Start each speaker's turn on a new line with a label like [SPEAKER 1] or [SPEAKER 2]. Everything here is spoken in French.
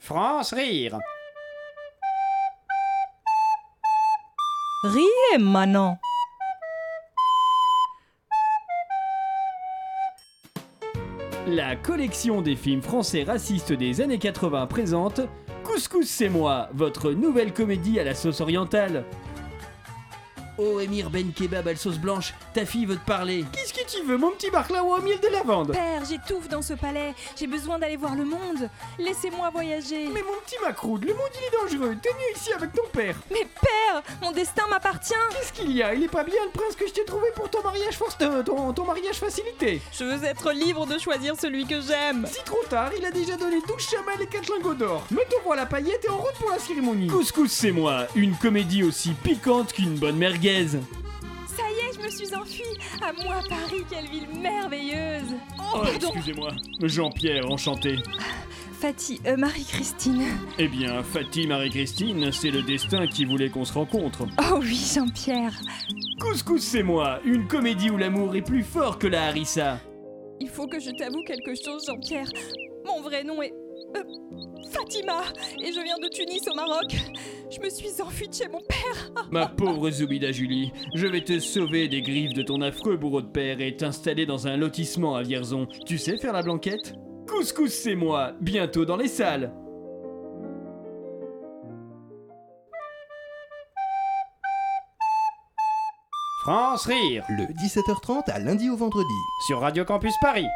[SPEAKER 1] France rire.
[SPEAKER 2] Riez, Manon.
[SPEAKER 3] La collection des films français racistes des années 80 présente Couscous c'est moi, votre nouvelle comédie à la sauce orientale. Oh Emir Ben Kebab à la sauce blanche, ta fille veut te parler.
[SPEAKER 1] Qu'est-ce que tu veux, mon petit barclava au miel de lavande
[SPEAKER 2] Père, j'étouffe dans ce palais. J'ai besoin d'aller voir le monde. Laissez-moi voyager.
[SPEAKER 1] Mais mon petit Macroude, le monde il est dangereux, t'es mieux ici avec ton père.
[SPEAKER 2] Mais père, mon destin m'appartient.
[SPEAKER 1] Qu'est-ce qu'il y a Il est pas bien le prince que je t'ai trouvé pour ton mariage force, euh, ton, ton mariage facilité.
[SPEAKER 2] Je veux être libre de choisir celui que j'aime.
[SPEAKER 1] Si trop tard, il a déjà donné 12 chamelles et 4 lingots d'or. Mais te voilà paillette et en route pour la cérémonie.
[SPEAKER 3] Couscous c'est moi, une comédie aussi piquante qu'une bonne merguez.
[SPEAKER 2] Ça y est, je me suis enfuie. À moi, Paris, quelle ville merveilleuse.
[SPEAKER 3] Oh,
[SPEAKER 2] pardon.
[SPEAKER 3] excusez-moi, Jean-Pierre, enchanté.
[SPEAKER 2] Fatih, euh, Marie-Christine.
[SPEAKER 3] Eh bien, Fatih Marie-Christine, c'est le destin qui voulait qu'on se rencontre.
[SPEAKER 2] Oh oui, Jean-Pierre.
[SPEAKER 3] Couscous c'est moi, une comédie où l'amour est plus fort que la harissa.
[SPEAKER 2] Il faut que je t'avoue quelque chose, Jean-Pierre. Mon vrai nom est. euh, Fatima, et je viens de Tunis au Maroc. Je me suis enfuie de chez mon père.
[SPEAKER 3] Ma pauvre Zoubida Julie, je vais te sauver des griffes de ton affreux bourreau de père et t'installer dans un lotissement à Vierzon. Tu sais faire la blanquette Couscous c'est moi, bientôt dans les salles.
[SPEAKER 1] France rire
[SPEAKER 4] Le 17h30 à lundi au vendredi.
[SPEAKER 1] sur Radio Campus Paris.